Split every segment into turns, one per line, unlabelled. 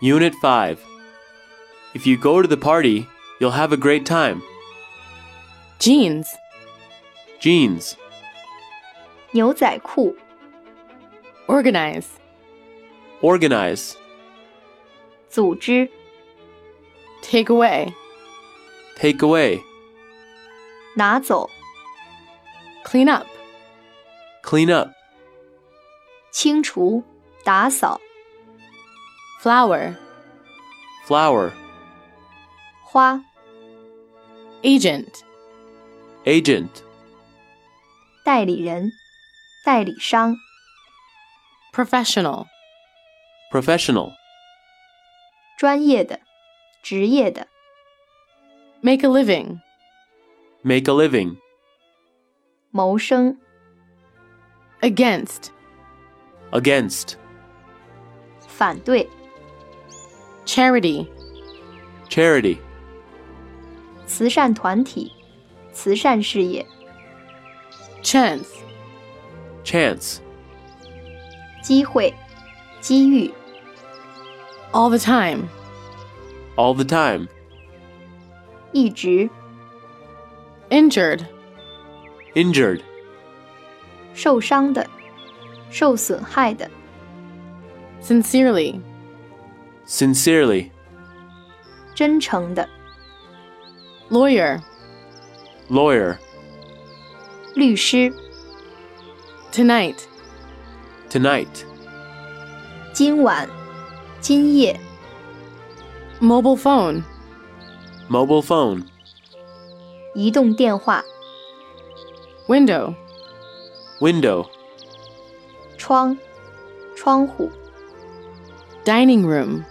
Unit 5. If you go to the party, you'll have a great time.
jeans,
Jeans,
牛仔裤、
organize,
organize,
组织、
take away,
take away,
拿走、
clean up,
clean up,
清除、打扫、
flower,
flower,
花、
agent,
agent,
代理人、代理商、
professional,
professional,
专业的、职业的、
make a living,
make a living,
谋生、
against,
against,
反对、
charity,
charity,
慈善团体、慈善事业、
chance,
chance,
机会、机遇、
all the time,
all the time,
一直、
injured,
injured,
受伤的、受损害的、
sincerely,
sincerely,
真诚的、
lawyer,
lawyer,
律师、
tonight,
tonight,
今晚、今夜、
mobile phone,
mobile phone,
移动电话、
window,
window,
窗、窗户、
dining room,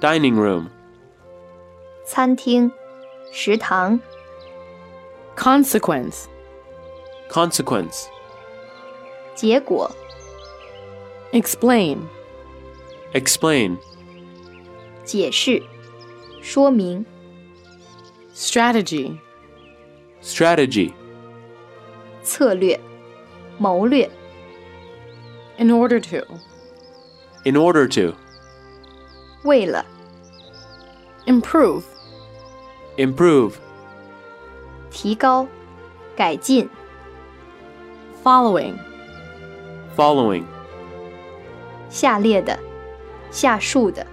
dining room,
餐厅、食堂、
consequence,
consequence,
结果、
explain,
explain,
解释、说明、
strategy,
strategy,
策略、谋略、
in order to,
in order to,
为了、
improve,
improve,
提高、改进、
following,
following,
下列的、下述的、